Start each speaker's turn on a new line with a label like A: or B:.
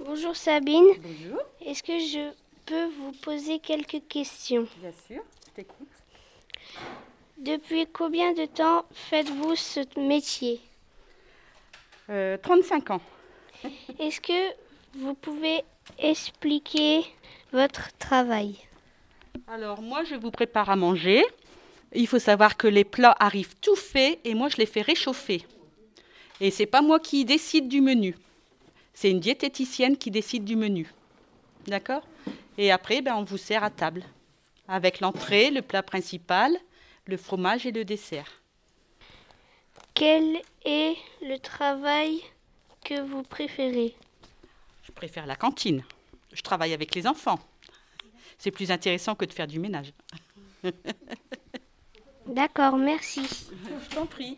A: Bonjour Sabine,
B: Bonjour.
A: est-ce que je peux vous poser quelques questions
B: Bien sûr, je t'écoute.
A: Depuis combien de temps faites-vous ce métier
B: Euh, 35 ans.
A: Est-ce que vous pouvez expliquer votre travail
B: Alors moi, je vous prépare à manger. Il faut savoir que les plats arrivent tout faits et moi, je les fais réchauffer. Et c'est pas moi qui décide du menu. C'est une diététicienne qui décide du menu. D'accord Et après, ben, on vous sert à table. Avec l'entrée, le plat principal, le fromage et le dessert.
A: Quel est le travail que vous préférez
B: Je préfère la cantine. Je travaille avec les enfants. C'est plus intéressant que de faire du ménage.
A: D'accord, merci.
B: Je t'en prie.